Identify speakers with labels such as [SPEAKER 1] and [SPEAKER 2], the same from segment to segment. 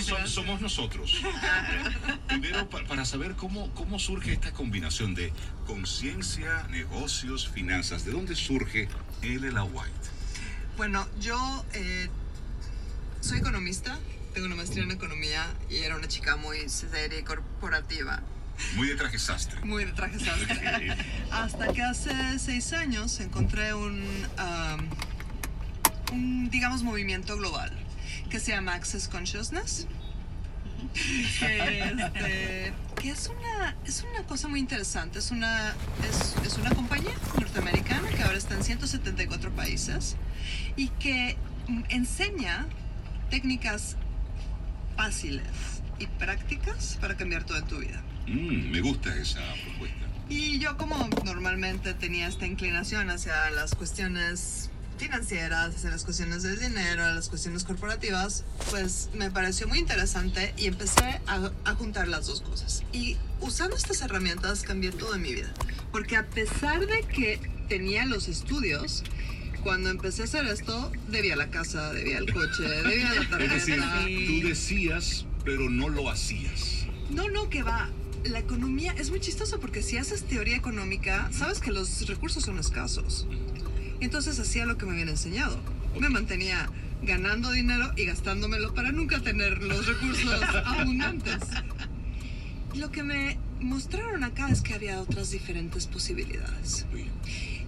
[SPEAKER 1] so- somos nosotros. Primero, pa- para saber cómo, cómo surge esta combinación de conciencia, negocios, finanzas. ¿De dónde surge L.L.A. White?
[SPEAKER 2] Bueno, yo eh, soy economista, tengo una maestría en economía y era una chica muy seria y corporativa,
[SPEAKER 1] Muy de traje sastre.
[SPEAKER 2] muy de traje sastre. Hasta que hace seis años encontré un, am, un, digamos, movimiento global que se llama Access Consciousness, que, este, que es, una, es una cosa muy interesante. Es una, es, es una compañía norteamericana que ahora está en 174 países y que mm, enseña técnicas fáciles y prácticas para cambiar toda tu vida.
[SPEAKER 1] Mm, me gusta esa propuesta.
[SPEAKER 2] Y yo como normalmente tenía esta inclinación hacia las cuestiones financieras, hacia las cuestiones del dinero, a las cuestiones corporativas, pues me pareció muy interesante y empecé a, a juntar las dos cosas. Y usando estas herramientas cambié todo en mi vida. Porque a pesar de que tenía los estudios, cuando empecé a hacer esto, debía la casa, debía el coche, debía la
[SPEAKER 1] Es
[SPEAKER 2] tarjeta.
[SPEAKER 1] decir,
[SPEAKER 3] Sí.
[SPEAKER 1] tú decías, pero no lo hacías.
[SPEAKER 2] No, no, que va. La economía es muy chistoso porque si haces teoría económica, sabes que los recursos son escasos. Entonces hacía lo que me habían enseñado. Me mantenía ganando dinero y gastándomelo para nunca tener los recursos abundantes. Lo que me mostraron acá es que había otras diferentes posibilidades.
[SPEAKER 1] Bien.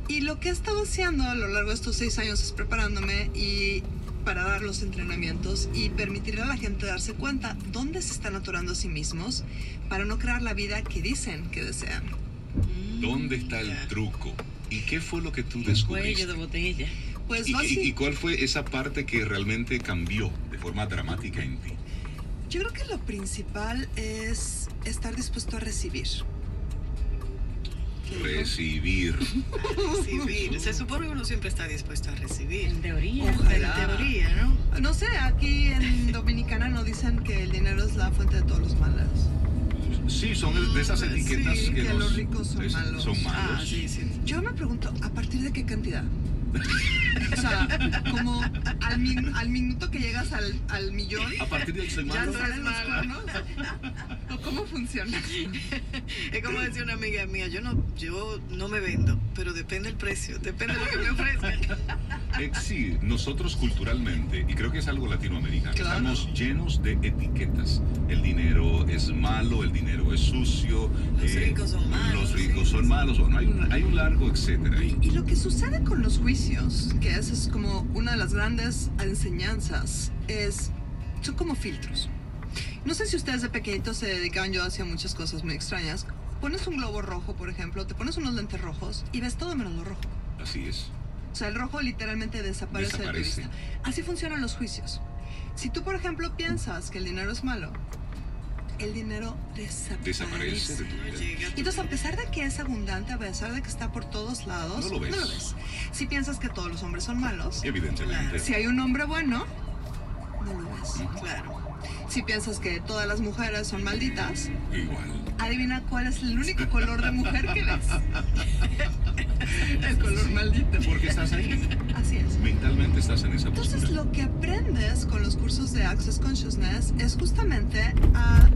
[SPEAKER 2] Y lo que he estado haciendo a lo largo de estos seis años es preparándome y para dar los entrenamientos y permitirle a la gente darse cuenta dónde se están atorando a sí mismos para no crear la vida que dicen que desean. Mm,
[SPEAKER 1] ¿Dónde está el truco? ¿Y qué fue lo que tú descubriste?
[SPEAKER 3] Cuello de botella.
[SPEAKER 2] Pues
[SPEAKER 1] ¿Y,
[SPEAKER 2] no
[SPEAKER 1] y-
[SPEAKER 2] sé-
[SPEAKER 1] y cuál fue esa parte que realmente cambió de forma dramática en ti?
[SPEAKER 2] Yo creo que lo principal es estar dispuesto a recibir.
[SPEAKER 1] Recibir.
[SPEAKER 4] recibir. Se supone que uno siempre está dispuesto a recibir.
[SPEAKER 3] En teoría.
[SPEAKER 4] En teoría, ¿no?
[SPEAKER 2] No sé, aquí en Dominicana no dicen que el dinero es la fuente de todos los males.
[SPEAKER 1] Sí, son el- de esas
[SPEAKER 4] Mm,
[SPEAKER 1] etiquetas
[SPEAKER 2] sí,
[SPEAKER 1] que,
[SPEAKER 2] que
[SPEAKER 1] nos-
[SPEAKER 2] los ricos son
[SPEAKER 1] es-
[SPEAKER 2] malos.
[SPEAKER 1] son malos.
[SPEAKER 4] Ah, sí, sí.
[SPEAKER 2] Yo me pregunto, ¿a partir de qué cantidad? O sea, como al, min- al minuto que llegas al, al millón,
[SPEAKER 1] A partir de ahí soy
[SPEAKER 2] ya
[SPEAKER 1] malo.
[SPEAKER 2] salen los cuernos. ¿O cómo funciona?
[SPEAKER 4] Es como decía una amiga mía, yo no, yo no me vendo, pero depende del precio, depende de lo que me ofrezcan.
[SPEAKER 1] Eh, sí, nosotros culturalmente, y creo que es algo latinoamericano,
[SPEAKER 2] Claro.
[SPEAKER 1] estamos llenos de etiquetas. El dinero es malo, el dinero es sucio. eh,
[SPEAKER 4] Los ricos son malos,
[SPEAKER 1] Los ricos
[SPEAKER 4] sí.
[SPEAKER 1] son malos. Bueno, hay, un- hay un largo etcétera. ahí.
[SPEAKER 2] Y lo que sucede con los juicios, que esa es como una de las grandes enseñanzas, es, son como filtros. No sé si ustedes de pequeñitos se dedicaban, yo hacía muchas cosas muy extrañas. Pones un globo rojo, por ejemplo, te pones unos lentes rojos y ves todo menos lo rojo.
[SPEAKER 1] Así es.
[SPEAKER 2] O sea, el rojo literalmente desaparece,
[SPEAKER 1] Desaparece.
[SPEAKER 2] de tu vista. Así funcionan los juicios. Si tú, por ejemplo, piensas que el dinero es malo, el dinero desaparece.
[SPEAKER 1] Desaparece de tu
[SPEAKER 4] No
[SPEAKER 1] vida.
[SPEAKER 4] llega.
[SPEAKER 2] Y Entonces, a pesar de que es abundante, a pesar de que está por todos lados,
[SPEAKER 1] No lo ves.
[SPEAKER 2] Si piensas que todos los hombres son malos,
[SPEAKER 1] Evidentemente.
[SPEAKER 2] si hay un hombre bueno, no lo ves.
[SPEAKER 4] Claro.
[SPEAKER 2] Si piensas que todas las mujeres son malditas,
[SPEAKER 1] Igual.
[SPEAKER 2] adivina cuál es el único color de mujer que ves. el color maldito.
[SPEAKER 1] Porque estás ahí.
[SPEAKER 2] Así es.
[SPEAKER 1] Mentalmente estás en esa postura.
[SPEAKER 2] Entonces lo que aprendes con los cursos de Access Consciousness es justamente a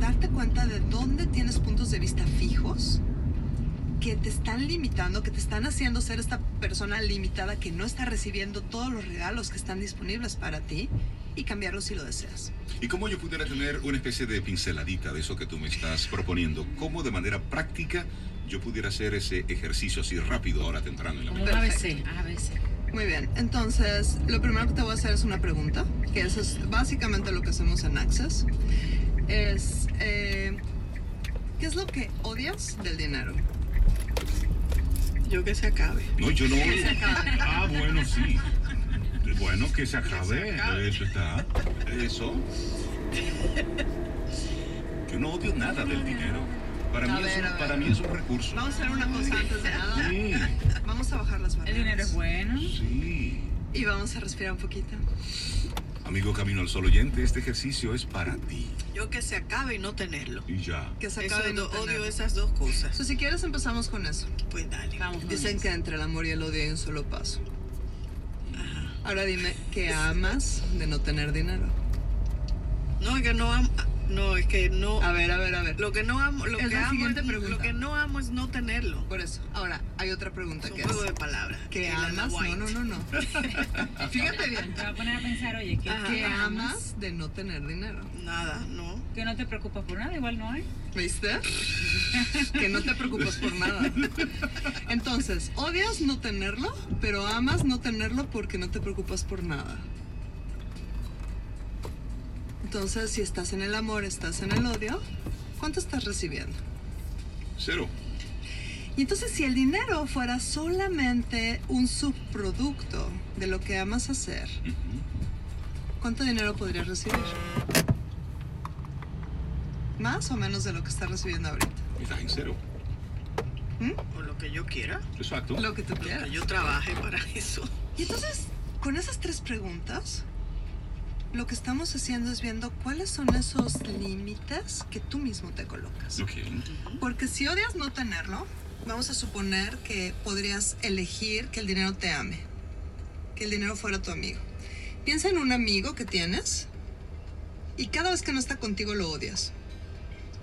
[SPEAKER 2] darte cuenta de dónde tienes puntos de vista fijos que te están limitando, que te están haciendo ser esta persona limitada que no está recibiendo todos los regalos que están disponibles para ti y cambiarlos si lo deseas.
[SPEAKER 1] ¿Y cómo yo pudiera tener una especie de pinceladita de eso que tú me estás proponiendo? ¿Cómo de manera práctica yo pudiera hacer ese ejercicio así rápido ahora temprano en la
[SPEAKER 3] Como un
[SPEAKER 1] mañana?
[SPEAKER 3] ABC. ABC.
[SPEAKER 2] Muy bien, entonces lo primero que te voy a hacer es una pregunta, que eso es básicamente lo que hacemos en Access. Es, eh, ¿qué es lo que odias del dinero?
[SPEAKER 4] Yo que se acabe.
[SPEAKER 1] No, yo no.
[SPEAKER 2] acabe.
[SPEAKER 1] Ah, bueno, sí. Bueno, que se
[SPEAKER 4] Que
[SPEAKER 1] acabe.
[SPEAKER 4] se acabe.
[SPEAKER 1] Eso está. Eso. Yo no odio nada del dinero. Para,
[SPEAKER 2] A
[SPEAKER 1] mí,
[SPEAKER 2] ver,
[SPEAKER 1] es
[SPEAKER 2] a
[SPEAKER 1] un,
[SPEAKER 2] ver.
[SPEAKER 1] para mí es un recurso.
[SPEAKER 2] Vamos a hacer una cosa antes de nada.
[SPEAKER 1] Sí,
[SPEAKER 2] Vamos a bajar las
[SPEAKER 3] El
[SPEAKER 2] barreras.
[SPEAKER 3] dinero es bueno.
[SPEAKER 1] sí.
[SPEAKER 2] Y vamos a respirar un poquito.
[SPEAKER 1] Amigo Camino al Sol oyente, este ejercicio es para ti.
[SPEAKER 4] Yo que se acabe y no tenerlo.
[SPEAKER 1] Y ya.
[SPEAKER 2] Que se
[SPEAKER 4] Eso,
[SPEAKER 2] acabe no
[SPEAKER 4] do- odio
[SPEAKER 2] tener.
[SPEAKER 4] esas dos cosas.
[SPEAKER 2] So, si quieres empezamos con eso.
[SPEAKER 4] Pues dale.
[SPEAKER 3] Vamos con
[SPEAKER 2] Dicen
[SPEAKER 3] eso.
[SPEAKER 2] que entre el amor y el odio hay un solo paso.
[SPEAKER 4] Ajá.
[SPEAKER 2] Ahora dime, ¿qué amas de no tener dinero?
[SPEAKER 4] No, es que no amo. No, es que no.
[SPEAKER 2] A ver, a ver, a ver.
[SPEAKER 4] Lo que no amo, lo
[SPEAKER 2] Es
[SPEAKER 4] que
[SPEAKER 2] la
[SPEAKER 4] amo,
[SPEAKER 2] siguiente
[SPEAKER 4] es-
[SPEAKER 2] pregunta.
[SPEAKER 4] lo que no amo es no tenerlo.
[SPEAKER 2] Por eso. Ahora, hay otra pregunta
[SPEAKER 4] Es un
[SPEAKER 2] que
[SPEAKER 4] juego
[SPEAKER 2] hace.
[SPEAKER 4] de palabras.
[SPEAKER 2] ¿Que
[SPEAKER 4] El Ana
[SPEAKER 2] amas? No,
[SPEAKER 4] White.
[SPEAKER 2] no, no, no. Fíjate bien.
[SPEAKER 3] Te va a poner a pensar, oye, ¿qué,
[SPEAKER 4] Ajá.
[SPEAKER 3] qué
[SPEAKER 2] ¿Qué amas de no tener dinero?
[SPEAKER 4] Nada, no.
[SPEAKER 3] Que no te preocupas por nada, igual no hay.
[SPEAKER 2] ¿Viste? que no te preocupas por nada. Entonces, odias no tenerlo, pero amas no tenerlo porque no te preocupas por nada. Entonces, si estás en el amor, estás en el odio, ¿cuánto estás recibiendo?
[SPEAKER 1] Cero.
[SPEAKER 2] Y entonces si el dinero fuera solamente un subproducto de lo que amas hacer,
[SPEAKER 1] Ujú.
[SPEAKER 2] ¿cuánto dinero podrías recibir? ¿Más o menos de lo que estás recibiendo ahorita?
[SPEAKER 1] Estás en cero.
[SPEAKER 2] ¿Mm?
[SPEAKER 4] O lo que yo quiera.
[SPEAKER 1] Exacto.
[SPEAKER 2] Lo que tú
[SPEAKER 4] Lo
[SPEAKER 2] quieras.
[SPEAKER 4] que yo trabaje para eso.
[SPEAKER 2] Y entonces, con esas tres preguntas, lo que estamos haciendo es viendo cuáles son esos límites que tú mismo te colocas.
[SPEAKER 1] Ok.
[SPEAKER 2] Porque si odias no tenerlo, vamos a suponer que podrías elegir que el dinero te ame, que el dinero fuera tu amigo. Piensa en un amigo que tienes y cada vez que no está contigo lo odias.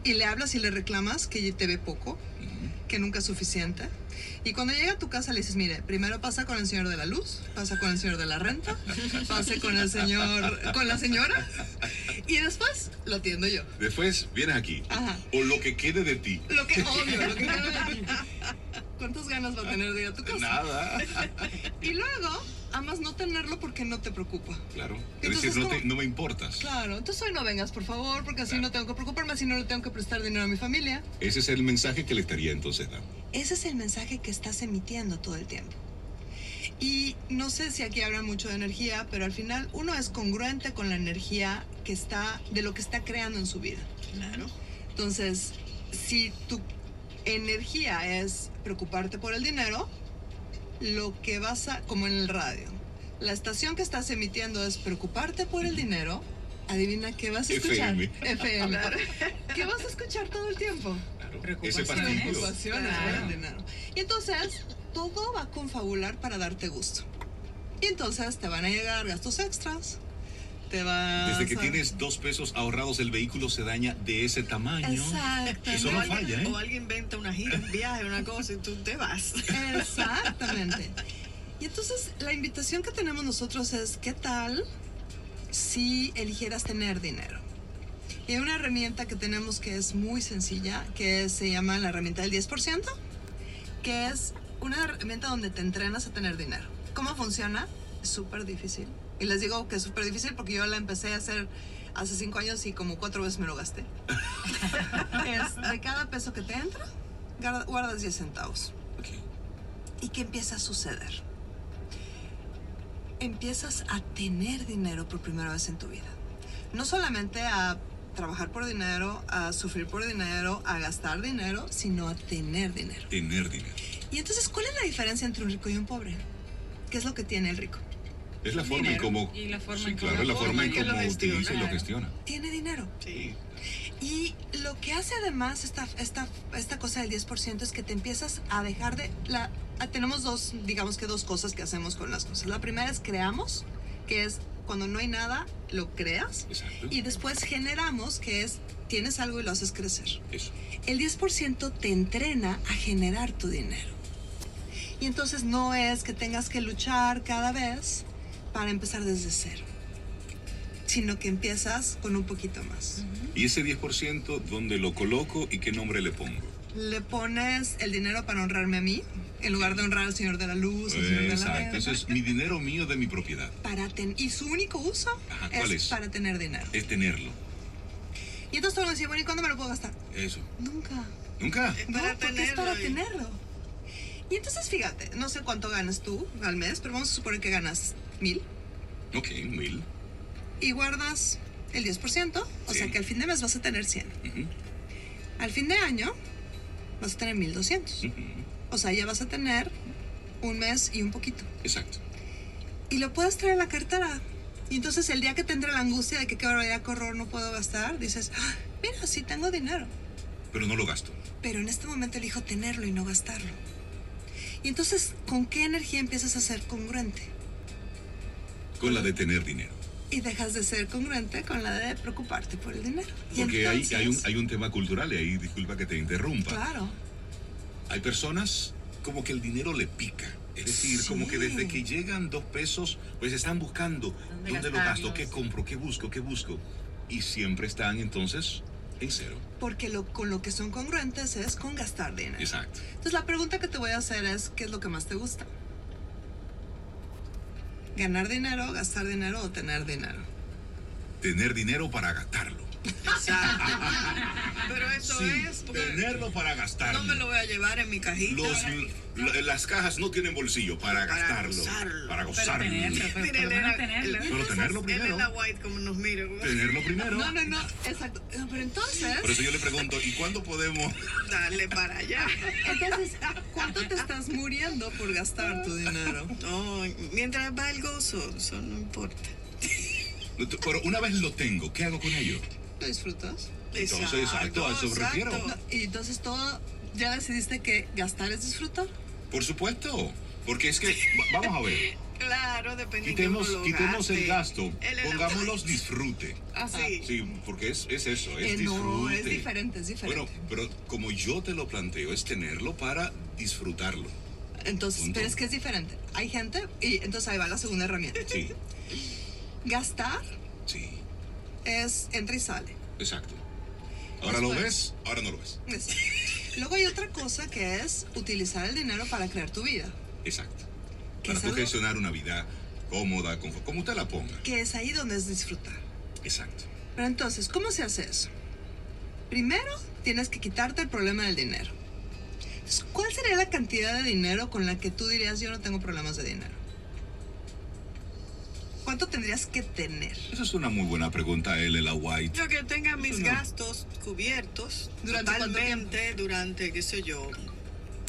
[SPEAKER 2] Y le hablas y le reclamas que te ve poco,
[SPEAKER 1] Ujú.
[SPEAKER 2] que nunca es suficiente. Y cuando llega a tu casa le dices, mire, primero pasa con el señor de la luz, pasa con el señor de la renta, pase con el señor, con la señora, y después lo atiendo yo.
[SPEAKER 1] Después vienes aquí.
[SPEAKER 2] Ajá.
[SPEAKER 1] O lo que quede de ti.
[SPEAKER 2] Lo que obvio, lo que queda. ¿Cuántas ganas va a tener de ir a tu casa?
[SPEAKER 1] Nada.
[SPEAKER 2] Y luego, amas no tenerlo porque no te preocupa.
[SPEAKER 1] Claro. Es
[SPEAKER 2] Entonces,
[SPEAKER 1] decir, no,
[SPEAKER 2] ¿cómo?
[SPEAKER 1] te- no me importas.
[SPEAKER 2] Claro, entonces hoy no vengas, por favor, porque así
[SPEAKER 1] Claro.
[SPEAKER 2] no tengo que preocuparme, así no le tengo que prestar dinero a mi familia.
[SPEAKER 1] Ese es el mensaje que le estaría entonces dando.
[SPEAKER 2] Ese es el mensaje que estás emitiendo todo el tiempo. Y no sé si aquí habrá mucho de energía, pero al final uno es congruente con la energía que está, de lo que está creando en su vida.
[SPEAKER 4] Claro.
[SPEAKER 2] Entonces, si tu energía es preocuparte por el dinero, lo que vas a, como en el radio, la estación que estás emitiendo es preocuparte por el dinero, adivina qué vas a escuchar.
[SPEAKER 1] FM.
[SPEAKER 2] FM. ¿Qué vas a escuchar todo el tiempo?
[SPEAKER 1] Claro. Ese
[SPEAKER 3] Preocupaciones.
[SPEAKER 2] Pues
[SPEAKER 1] partido.
[SPEAKER 2] Preocupaciones
[SPEAKER 3] Claro.
[SPEAKER 2] por el dinero. Y entonces, todo va a confabular para darte gusto. Y entonces te van a llegar gastos extras. Te vas
[SPEAKER 1] Desde que
[SPEAKER 2] a-
[SPEAKER 1] tienes dos pesos ahorrados, el vehículo se daña de ese tamaño.
[SPEAKER 2] Exacto.
[SPEAKER 1] Eso no
[SPEAKER 4] O
[SPEAKER 1] falla,
[SPEAKER 4] alguien-
[SPEAKER 1] ¿eh?
[SPEAKER 4] O alguien inventa una gira, un viaje, una cosa y tú te vas.
[SPEAKER 2] Exactamente. Y entonces la invitación que tenemos nosotros es, ¿qué tal si eligieras tener dinero? Y hay una herramienta que tenemos que es muy sencilla, que se llama la herramienta del 10%, que es una herramienta donde te entrenas a tener dinero. ¿Cómo funciona? Es súper difícil. Y les digo que es súper difícil porque yo la empecé a hacer hace cinco años y como cuatro veces me lo gasté. es de cada peso que te entra, guarda- guardas 10 centavos.
[SPEAKER 1] Ok.
[SPEAKER 2] ¿Y qué empieza a suceder? Empiezas a tener dinero por primera vez en tu vida. No solamente a trabajar por dinero, a sufrir por dinero, a gastar dinero, sino a tener dinero.
[SPEAKER 1] Tener dinero.
[SPEAKER 2] Y entonces, ¿cuál es la diferencia entre un rico y un pobre? ¿Qué es lo que tiene el rico?
[SPEAKER 1] Es la forma en
[SPEAKER 3] Dinero.
[SPEAKER 1] cómo.
[SPEAKER 3] Y la forma
[SPEAKER 1] Sí,
[SPEAKER 3] en
[SPEAKER 1] claro,
[SPEAKER 3] cómo-
[SPEAKER 1] es la forma en
[SPEAKER 4] que lo
[SPEAKER 1] cómo
[SPEAKER 4] gestiona.
[SPEAKER 1] utiliza y lo
[SPEAKER 3] Claro.
[SPEAKER 1] gestiona.
[SPEAKER 2] Tiene dinero.
[SPEAKER 4] Sí.
[SPEAKER 2] Y lo que hace además esta, esta, esta cosa del 10% es que te empiezas a dejar de... La, a- tenemos dos, digamos que dos cosas que hacemos con las cosas. La primera es creamos, que es cuando no hay nada, lo creas.
[SPEAKER 1] Exacto.
[SPEAKER 2] Y después generamos, que es tienes algo y lo haces crecer.
[SPEAKER 1] Eso.
[SPEAKER 2] El 10% te entrena a generar tu dinero. Y entonces no es que tengas que luchar cada vez para empezar desde cero, sino que empiezas con un poquito más.
[SPEAKER 1] ¿Y ese 10% dónde lo coloco y qué nombre le pongo?
[SPEAKER 2] Le pones el dinero para honrarme a mí, en lugar de honrar al señor de la luz, al señor de la
[SPEAKER 1] Exacto.
[SPEAKER 2] venta.
[SPEAKER 1] Eso es mi dinero mío de mi propiedad.
[SPEAKER 2] Para ten- y su único uso
[SPEAKER 1] Ajá,
[SPEAKER 2] es,
[SPEAKER 1] ¿cuál es?
[SPEAKER 2] para tener dinero.
[SPEAKER 1] Es tenerlo.
[SPEAKER 2] Y entonces todo decía, bueno, ¿y cuándo me lo puedo gastar?
[SPEAKER 1] Eso.
[SPEAKER 2] Nunca.
[SPEAKER 1] ¿Nunca?
[SPEAKER 4] Es
[SPEAKER 2] No,
[SPEAKER 4] para
[SPEAKER 2] porque es para
[SPEAKER 4] y-
[SPEAKER 2] tenerlo. Y entonces fíjate, no sé cuánto ganas tú al mes, pero vamos a suponer que ganas mil
[SPEAKER 1] Ok, mil.
[SPEAKER 2] y guardas el 10%, o
[SPEAKER 1] Sí.
[SPEAKER 2] sea que al fin de mes vas a tener 100.
[SPEAKER 1] Ujú,
[SPEAKER 2] Al fin de año vas a tener 1200.
[SPEAKER 1] ujú.
[SPEAKER 2] O sea, ya vas a tener un mes y un poquito.
[SPEAKER 1] Exacto.
[SPEAKER 2] y lo puedes traer en la cartera. Y entonces el día que tendré la angustia de que qué barbaridad, qué horror, no puedo gastar, dices, "Ah, mira, sí tengo dinero.
[SPEAKER 1] Pero no lo gasto.
[SPEAKER 2] Pero en este momento elijo tenerlo y no gastarlo. Y entonces, ¿con qué energía empiezas a ser congruente?
[SPEAKER 1] Con la de tener dinero.
[SPEAKER 2] y dejas de ser congruente con la de preocuparte por el dinero. Y
[SPEAKER 1] Porque hay, hay, un,
[SPEAKER 2] entonces-
[SPEAKER 1] hay un tema cultural y ahí disculpa que te interrumpa.
[SPEAKER 2] Claro.
[SPEAKER 1] Hay personas como que el dinero le pica. Es decir, como que desde
[SPEAKER 2] Sí.
[SPEAKER 1] que llegan dos pesos, pues están buscando dónde,
[SPEAKER 3] ¿Dónde
[SPEAKER 1] lo gasto,
[SPEAKER 3] gastarlos?
[SPEAKER 1] qué compro, qué busco, qué busco. Y siempre están entonces en cero.
[SPEAKER 2] Porque lo, con lo que son congruentes es con gastar
[SPEAKER 4] Ah.
[SPEAKER 2] dinero.
[SPEAKER 1] Exacto.
[SPEAKER 2] Entonces la pregunta que te voy a hacer es, ¿qué es lo que más te gusta? ¿Ganar dinero, gastar dinero o tener dinero?
[SPEAKER 1] Tener dinero para gastarlo.
[SPEAKER 4] Exacto. Pero eso
[SPEAKER 1] Sí, Eh,
[SPEAKER 4] es porque
[SPEAKER 1] tenerlo para gastarlo.
[SPEAKER 4] no me lo voy a llevar en mi cajita.
[SPEAKER 1] Los- la- las cajas no tienen bolsillo para,
[SPEAKER 4] Para
[SPEAKER 1] gastarlo.
[SPEAKER 4] gozarlo.
[SPEAKER 1] Para
[SPEAKER 3] Pero
[SPEAKER 1] gozarlo.
[SPEAKER 3] tenerlo, pero por
[SPEAKER 4] Mira,
[SPEAKER 3] lo menos
[SPEAKER 4] Elena,
[SPEAKER 3] tenerlo.
[SPEAKER 4] Elena.
[SPEAKER 1] Pero tenerlo
[SPEAKER 4] Él es
[SPEAKER 1] primero.
[SPEAKER 4] la white como nos mira. güey.
[SPEAKER 1] Tenerlo primero.
[SPEAKER 2] No, no, no, exacto. No, Pero entonces,
[SPEAKER 1] Por eso yo le pregunto, ¿y cuándo podemos?
[SPEAKER 4] Dale para allá.
[SPEAKER 2] entonces, ¿cuánto te estás muriendo por gastar tu dinero?
[SPEAKER 4] No, mientras va el gozo, eso no importa.
[SPEAKER 1] Pero una vez lo tengo, ¿qué hago con ello?
[SPEAKER 2] ¿Lo disfrutas?
[SPEAKER 1] Entonces, exacto, a eso me refiero.
[SPEAKER 2] No, y entonces todo, ¿ya decidiste que gastar es disfrutar?
[SPEAKER 1] Por supuesto, porque es que, va- vamos a ver,
[SPEAKER 4] Claro, depende
[SPEAKER 1] quitemos,
[SPEAKER 4] de cómo lo
[SPEAKER 1] quitemos el
[SPEAKER 4] gaste.
[SPEAKER 1] gasto,
[SPEAKER 4] Él es la
[SPEAKER 1] pongámoslos disfrute.
[SPEAKER 4] Así.
[SPEAKER 1] Sí, porque es, es eso, es
[SPEAKER 2] Ah, Eh, no, es
[SPEAKER 1] disfrute.
[SPEAKER 2] diferente, es diferente.
[SPEAKER 1] Bueno, pero como yo te lo planteo, es tenerlo para disfrutarlo.
[SPEAKER 2] entonces,
[SPEAKER 1] punto.
[SPEAKER 2] pero es que es diferente. Hay gente, y entonces ahí va la segunda herramienta.
[SPEAKER 1] Sí,
[SPEAKER 2] Gastar
[SPEAKER 1] sí,
[SPEAKER 2] es entra y sale.
[SPEAKER 1] exacto. Ahora lo
[SPEAKER 2] Después.
[SPEAKER 1] ves, ahora no lo ves.
[SPEAKER 2] Es- Luego hay otra cosa que es utilizar el dinero para crear tu vida.
[SPEAKER 1] Exacto.
[SPEAKER 2] Que
[SPEAKER 1] Para
[SPEAKER 2] es
[SPEAKER 1] tú
[SPEAKER 2] algo-
[SPEAKER 1] gestionar una vida cómoda, confort- como usted la ponga.
[SPEAKER 2] que es ahí donde es disfrutar.
[SPEAKER 1] Exacto.
[SPEAKER 2] Pero entonces, ¿cómo se hace eso? Primero, tienes que quitarte el problema del dinero. Entonces, ¿Cuál sería la cantidad de dinero con la que tú dirías yo no tengo problemas de dinero? ¿Cuánto tendrías que tener
[SPEAKER 1] Esa es una muy buena pregunta, L.L. White.
[SPEAKER 4] Yo que tenga mis
[SPEAKER 1] no.
[SPEAKER 4] gastos cubiertos
[SPEAKER 2] ¿Durante cuánto
[SPEAKER 4] totalmente durante, qué sé yo,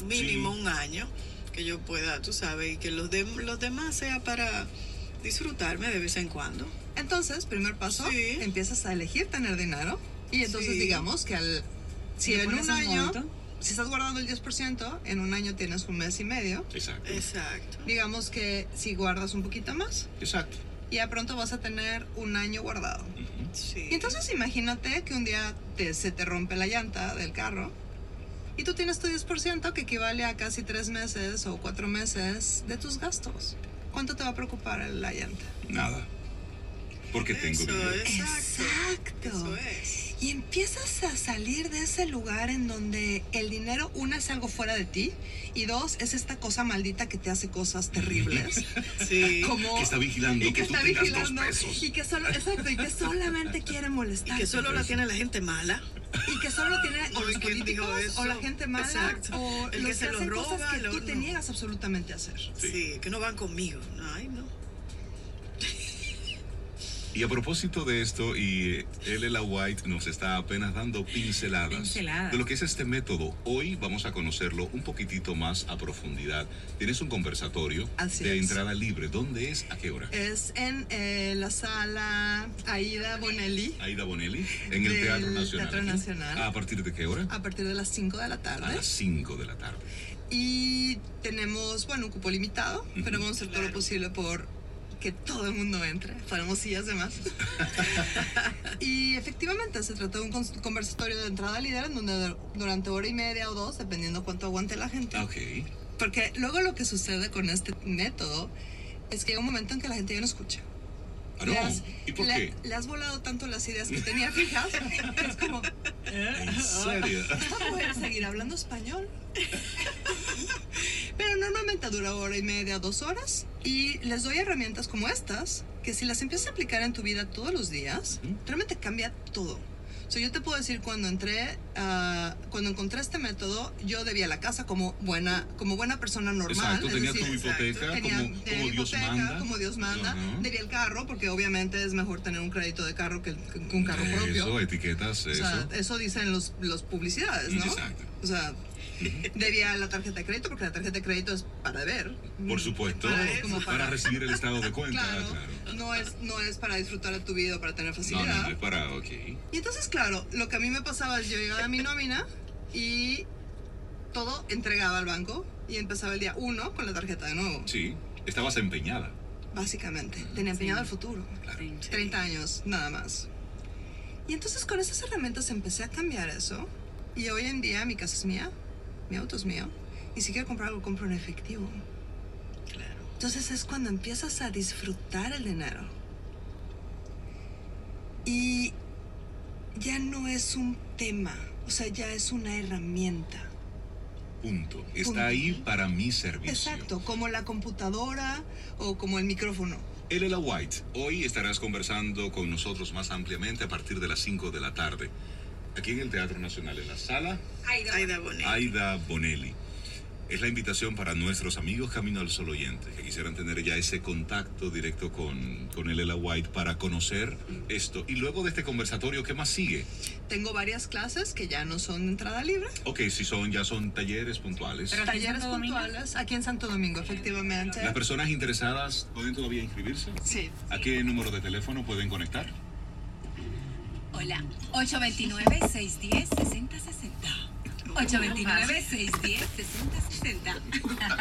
[SPEAKER 4] mínimo un año, que yo pueda, tú sabes, y que los, de, los demás sea para disfrutarme de vez en cuando.
[SPEAKER 2] Entonces, primer paso,
[SPEAKER 4] Sí.
[SPEAKER 2] empiezas a elegir tener dinero. Y entonces
[SPEAKER 4] Sí.
[SPEAKER 2] digamos que al, si
[SPEAKER 3] ¿Le
[SPEAKER 2] en
[SPEAKER 3] pones
[SPEAKER 2] un
[SPEAKER 3] un
[SPEAKER 2] año,
[SPEAKER 3] monto?
[SPEAKER 2] si estás guardando el 10%, en un año tienes un mes y medio.
[SPEAKER 1] Exacto.
[SPEAKER 4] Exacto.
[SPEAKER 2] Digamos que si guardas un poquito más,
[SPEAKER 1] Exacto.
[SPEAKER 2] ya pronto vas a tener un año guardado.
[SPEAKER 1] Ujú.
[SPEAKER 4] Sí.
[SPEAKER 2] Y entonces imagínate que un día te- se te rompe la llanta del carro y tú tienes tu 10% que equivale a casi tres meses o cuatro meses de tus gastos. ¿Cuánto te va a preocupar la llanta?
[SPEAKER 1] Nada. Porque tengo
[SPEAKER 4] Eso
[SPEAKER 1] dinero.
[SPEAKER 4] es. Exacto.
[SPEAKER 2] Exacto.
[SPEAKER 4] Eso es.
[SPEAKER 2] Y empiezas a salir de ese lugar en donde el dinero, una, es algo fuera de ti y dos, es esta cosa maldita que te hace cosas terribles.
[SPEAKER 4] Sí.
[SPEAKER 2] como
[SPEAKER 1] que está vigilando
[SPEAKER 2] y
[SPEAKER 1] que,
[SPEAKER 2] que
[SPEAKER 1] tú
[SPEAKER 2] está
[SPEAKER 1] tengas
[SPEAKER 2] vigilando
[SPEAKER 1] dos pesos.
[SPEAKER 2] y que solo exacto y que solamente quiere
[SPEAKER 4] Y
[SPEAKER 2] molestar
[SPEAKER 4] que solo la tiene la gente mala.
[SPEAKER 2] y que solo tiene o
[SPEAKER 4] Ay,
[SPEAKER 2] los
[SPEAKER 4] ¿quién dijo
[SPEAKER 2] políticos
[SPEAKER 4] eso?
[SPEAKER 2] o la gente mala
[SPEAKER 4] Exacto.
[SPEAKER 2] o
[SPEAKER 4] El
[SPEAKER 2] los
[SPEAKER 4] que se los
[SPEAKER 2] hacen
[SPEAKER 4] roba,
[SPEAKER 2] cosas que
[SPEAKER 4] lo-
[SPEAKER 2] tú te
[SPEAKER 4] no.
[SPEAKER 2] niegas absolutamente a hacer
[SPEAKER 1] Sí.
[SPEAKER 4] Sí. que no van conmigo. Ay, no.
[SPEAKER 1] Y a propósito de esto, y Elela White nos está apenas dando pinceladas,
[SPEAKER 3] Pinceladas.
[SPEAKER 1] de lo que es este método. Hoy vamos a conocerlo un poquitito más a profundidad. Tienes un conversatorio
[SPEAKER 2] Así
[SPEAKER 1] de
[SPEAKER 2] es.
[SPEAKER 1] entrada libre. ¿Dónde es? ¿A qué hora?
[SPEAKER 2] es en eh, la sala Aida Bonelli
[SPEAKER 1] Aida Bonelli, en el
[SPEAKER 2] Del
[SPEAKER 1] Teatro Nacional.
[SPEAKER 2] Teatro
[SPEAKER 1] aquí.
[SPEAKER 2] Nacional.
[SPEAKER 1] ¿A partir de qué hora?
[SPEAKER 2] a partir de las 5 de la
[SPEAKER 1] A
[SPEAKER 2] tarde
[SPEAKER 4] Ah.
[SPEAKER 1] las 5 de la tarde.
[SPEAKER 2] y tenemos bueno un cupo limitado pero vamos a hacer todo lo
[SPEAKER 4] Claro.
[SPEAKER 2] posible por que todo el mundo entre, ponemos sillas de más. y efectivamente se trata de un cons- conversatorio de entrada líder en donde dur- durante hora y media o dos, dependiendo cuánto aguante la gente,
[SPEAKER 1] Ah, Ok.
[SPEAKER 2] Porque luego lo que sucede con este método es que hay un momento en que la gente ya no escucha.
[SPEAKER 1] Ah, no.
[SPEAKER 2] Le has-
[SPEAKER 1] ¿Y por
[SPEAKER 2] le,
[SPEAKER 1] qué?
[SPEAKER 2] le has volado tanto las ideas que tenía fijas. que es como, Eh, ah,
[SPEAKER 1] ¿En serio?
[SPEAKER 2] ¿esta mujer seguir hablando español? Pero normalmente dura hora y media, dos horas. Y les doy herramientas como estas, que si las empiezas a aplicar en tu vida todos los días,
[SPEAKER 1] Ujú.
[SPEAKER 2] realmente cambia todo. O sea, yo te puedo decir, cuando entré, ah, cuando encontré este método, yo debía la casa como buena, como buena persona normal.
[SPEAKER 1] Exacto,
[SPEAKER 2] es
[SPEAKER 1] tenía
[SPEAKER 2] decir,
[SPEAKER 1] tu hipoteca
[SPEAKER 2] tenía
[SPEAKER 1] como,
[SPEAKER 2] tenía
[SPEAKER 1] como Dios
[SPEAKER 2] hipoteca,
[SPEAKER 1] manda.
[SPEAKER 2] como Dios manda.
[SPEAKER 1] Ajá.
[SPEAKER 2] Debía el carro, porque obviamente es mejor tener un crédito de carro que, que un carro
[SPEAKER 1] Eso,
[SPEAKER 2] propio.
[SPEAKER 1] etiquetas,
[SPEAKER 2] o
[SPEAKER 1] eso.
[SPEAKER 2] sea, eso dicen los, los publicidades, ¿no?
[SPEAKER 1] Exacto.
[SPEAKER 2] O sea, debía la tarjeta de crédito, porque la tarjeta de crédito es para deber.
[SPEAKER 1] Por supuesto,
[SPEAKER 2] Para
[SPEAKER 1] para,
[SPEAKER 2] eso, como para-
[SPEAKER 1] recibir el estado de cuenta,
[SPEAKER 2] Claro,
[SPEAKER 1] claro.
[SPEAKER 2] No, es, no es para disfrutar de tu vida o para tener
[SPEAKER 1] No,
[SPEAKER 2] facilidad.
[SPEAKER 1] no, no, es para, ok.
[SPEAKER 2] Y entonces, claro, lo que a mí me pasaba es yo llegaba a mi nómina y todo entregaba al banco y empezaba el día uno con la tarjeta de nuevo.
[SPEAKER 1] Sí, estabas empeñada.
[SPEAKER 2] básicamente, de empeñado
[SPEAKER 3] Sí.
[SPEAKER 2] al futuro.
[SPEAKER 3] Sí.
[SPEAKER 2] 30 años, nada más. Y entonces con esas herramientas empecé a cambiar eso. Y hoy en día mi casa es mía, mi auto es mío. Y si quiero comprar algo, compro en efectivo.
[SPEAKER 4] Claro.
[SPEAKER 2] Entonces es cuando empiezas a disfrutar el dinero. Y ya no es un tema, o sea, ya es una herramienta.
[SPEAKER 1] Punto. Está
[SPEAKER 2] Punto.
[SPEAKER 1] ahí para mi servicio.
[SPEAKER 2] Exacto, como la computadora o como el micrófono.
[SPEAKER 1] Elela White, hoy estarás conversando con nosotros más ampliamente a partir de las 5 de la tarde. Aquí en el Teatro Nacional, en la sala
[SPEAKER 4] Aida Bonet.
[SPEAKER 1] Aida Bonelli. Es la invitación para nuestros amigos Camino al Sol Oyente, que quisieran tener ya ese contacto directo con, con Elela White para conocer esto. Y luego de este conversatorio, ¿qué más sigue?
[SPEAKER 2] Tengo varias clases que ya no son de entrada libre.
[SPEAKER 1] Ok, si son, ya son talleres puntuales.
[SPEAKER 3] Pero- aquí en
[SPEAKER 2] Talleres
[SPEAKER 3] Santo Domingo?
[SPEAKER 2] puntuales aquí en Santo Domingo, efectivamente.
[SPEAKER 1] Las personas interesadas pueden todavía inscribirse.
[SPEAKER 2] Sí,
[SPEAKER 1] ¿A qué número de teléfono pueden conectar?
[SPEAKER 5] Hola, 829-610-6060. 829-610-6060.
[SPEAKER 4] 50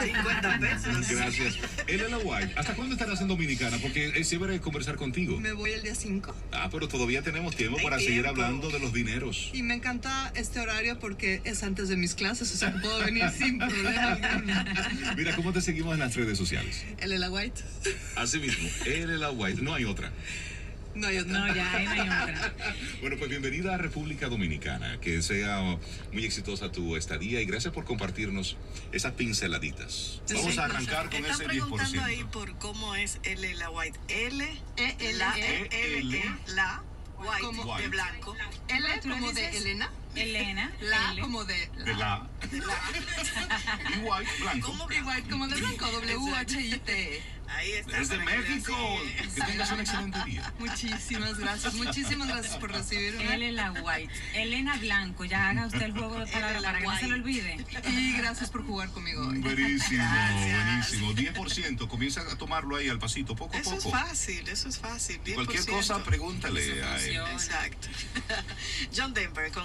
[SPEAKER 4] pesos.
[SPEAKER 1] Gracias. Elela White, ¿hasta cuándo estarás en Dominicana? Porque es chévere conversar contigo.
[SPEAKER 2] me voy el día 5.
[SPEAKER 1] Ah, pero todavía tenemos tiempo
[SPEAKER 4] Hay
[SPEAKER 1] para seguir
[SPEAKER 4] tiempo.
[SPEAKER 1] hablando de los dineros.
[SPEAKER 2] Y me encanta este horario porque es antes de mis clases, o sea que puedo venir sin problema alguno.
[SPEAKER 1] Mira, ¿cómo te seguimos en las redes sociales?
[SPEAKER 2] Elela White.
[SPEAKER 1] Así mismo, Elela White, no hay otra.
[SPEAKER 2] No hay otra.
[SPEAKER 3] No, ya ahí no hay otra.
[SPEAKER 1] Bueno, pues bienvenida a República Dominicana, que sea muy exitosa tu estadía y gracias por compartirnos esas pinceladitas. Vamos
[SPEAKER 4] Sí.
[SPEAKER 1] a arrancar con
[SPEAKER 4] Están
[SPEAKER 1] ese
[SPEAKER 4] preguntando ahí
[SPEAKER 1] 10%.
[SPEAKER 4] por cómo es L la White. L E L
[SPEAKER 1] E,
[SPEAKER 4] E L
[SPEAKER 1] L,
[SPEAKER 4] E la White
[SPEAKER 2] como-
[SPEAKER 4] de blanco.
[SPEAKER 2] L
[SPEAKER 3] ¿Tú
[SPEAKER 2] como
[SPEAKER 3] le
[SPEAKER 2] de
[SPEAKER 3] dices?
[SPEAKER 2] Elena.
[SPEAKER 3] Elena.
[SPEAKER 2] La
[SPEAKER 3] L.
[SPEAKER 2] como de
[SPEAKER 1] De
[SPEAKER 2] la.
[SPEAKER 1] la... Y White, blanco.
[SPEAKER 4] ¿Cómo
[SPEAKER 2] Y White como de blanco. W-H-I-T.
[SPEAKER 4] Ahí está.
[SPEAKER 1] Desde
[SPEAKER 4] para que veas,
[SPEAKER 1] México.
[SPEAKER 4] sí.
[SPEAKER 1] Que tengas un excelente día.
[SPEAKER 2] Muchísimas gracias. Muchísimas gracias por recibirme.
[SPEAKER 3] Elena White. Elena Blanco. Ya haga usted el juego de palabras
[SPEAKER 4] Elena
[SPEAKER 3] para que no se lo
[SPEAKER 4] White.
[SPEAKER 3] olvide.
[SPEAKER 2] Y gracias por jugar conmigo hoy.
[SPEAKER 1] Buenísimo,
[SPEAKER 4] Gracias.
[SPEAKER 1] buenísimo. 10%, comienza a tomarlo ahí al pasito, poco a
[SPEAKER 4] Eso es
[SPEAKER 1] poco.
[SPEAKER 4] fácil, eso es fácil. 10%.
[SPEAKER 1] Cualquier cosa, pregúntale
[SPEAKER 3] Eso
[SPEAKER 1] a él.
[SPEAKER 3] funciona.
[SPEAKER 4] Exacto. John Denver con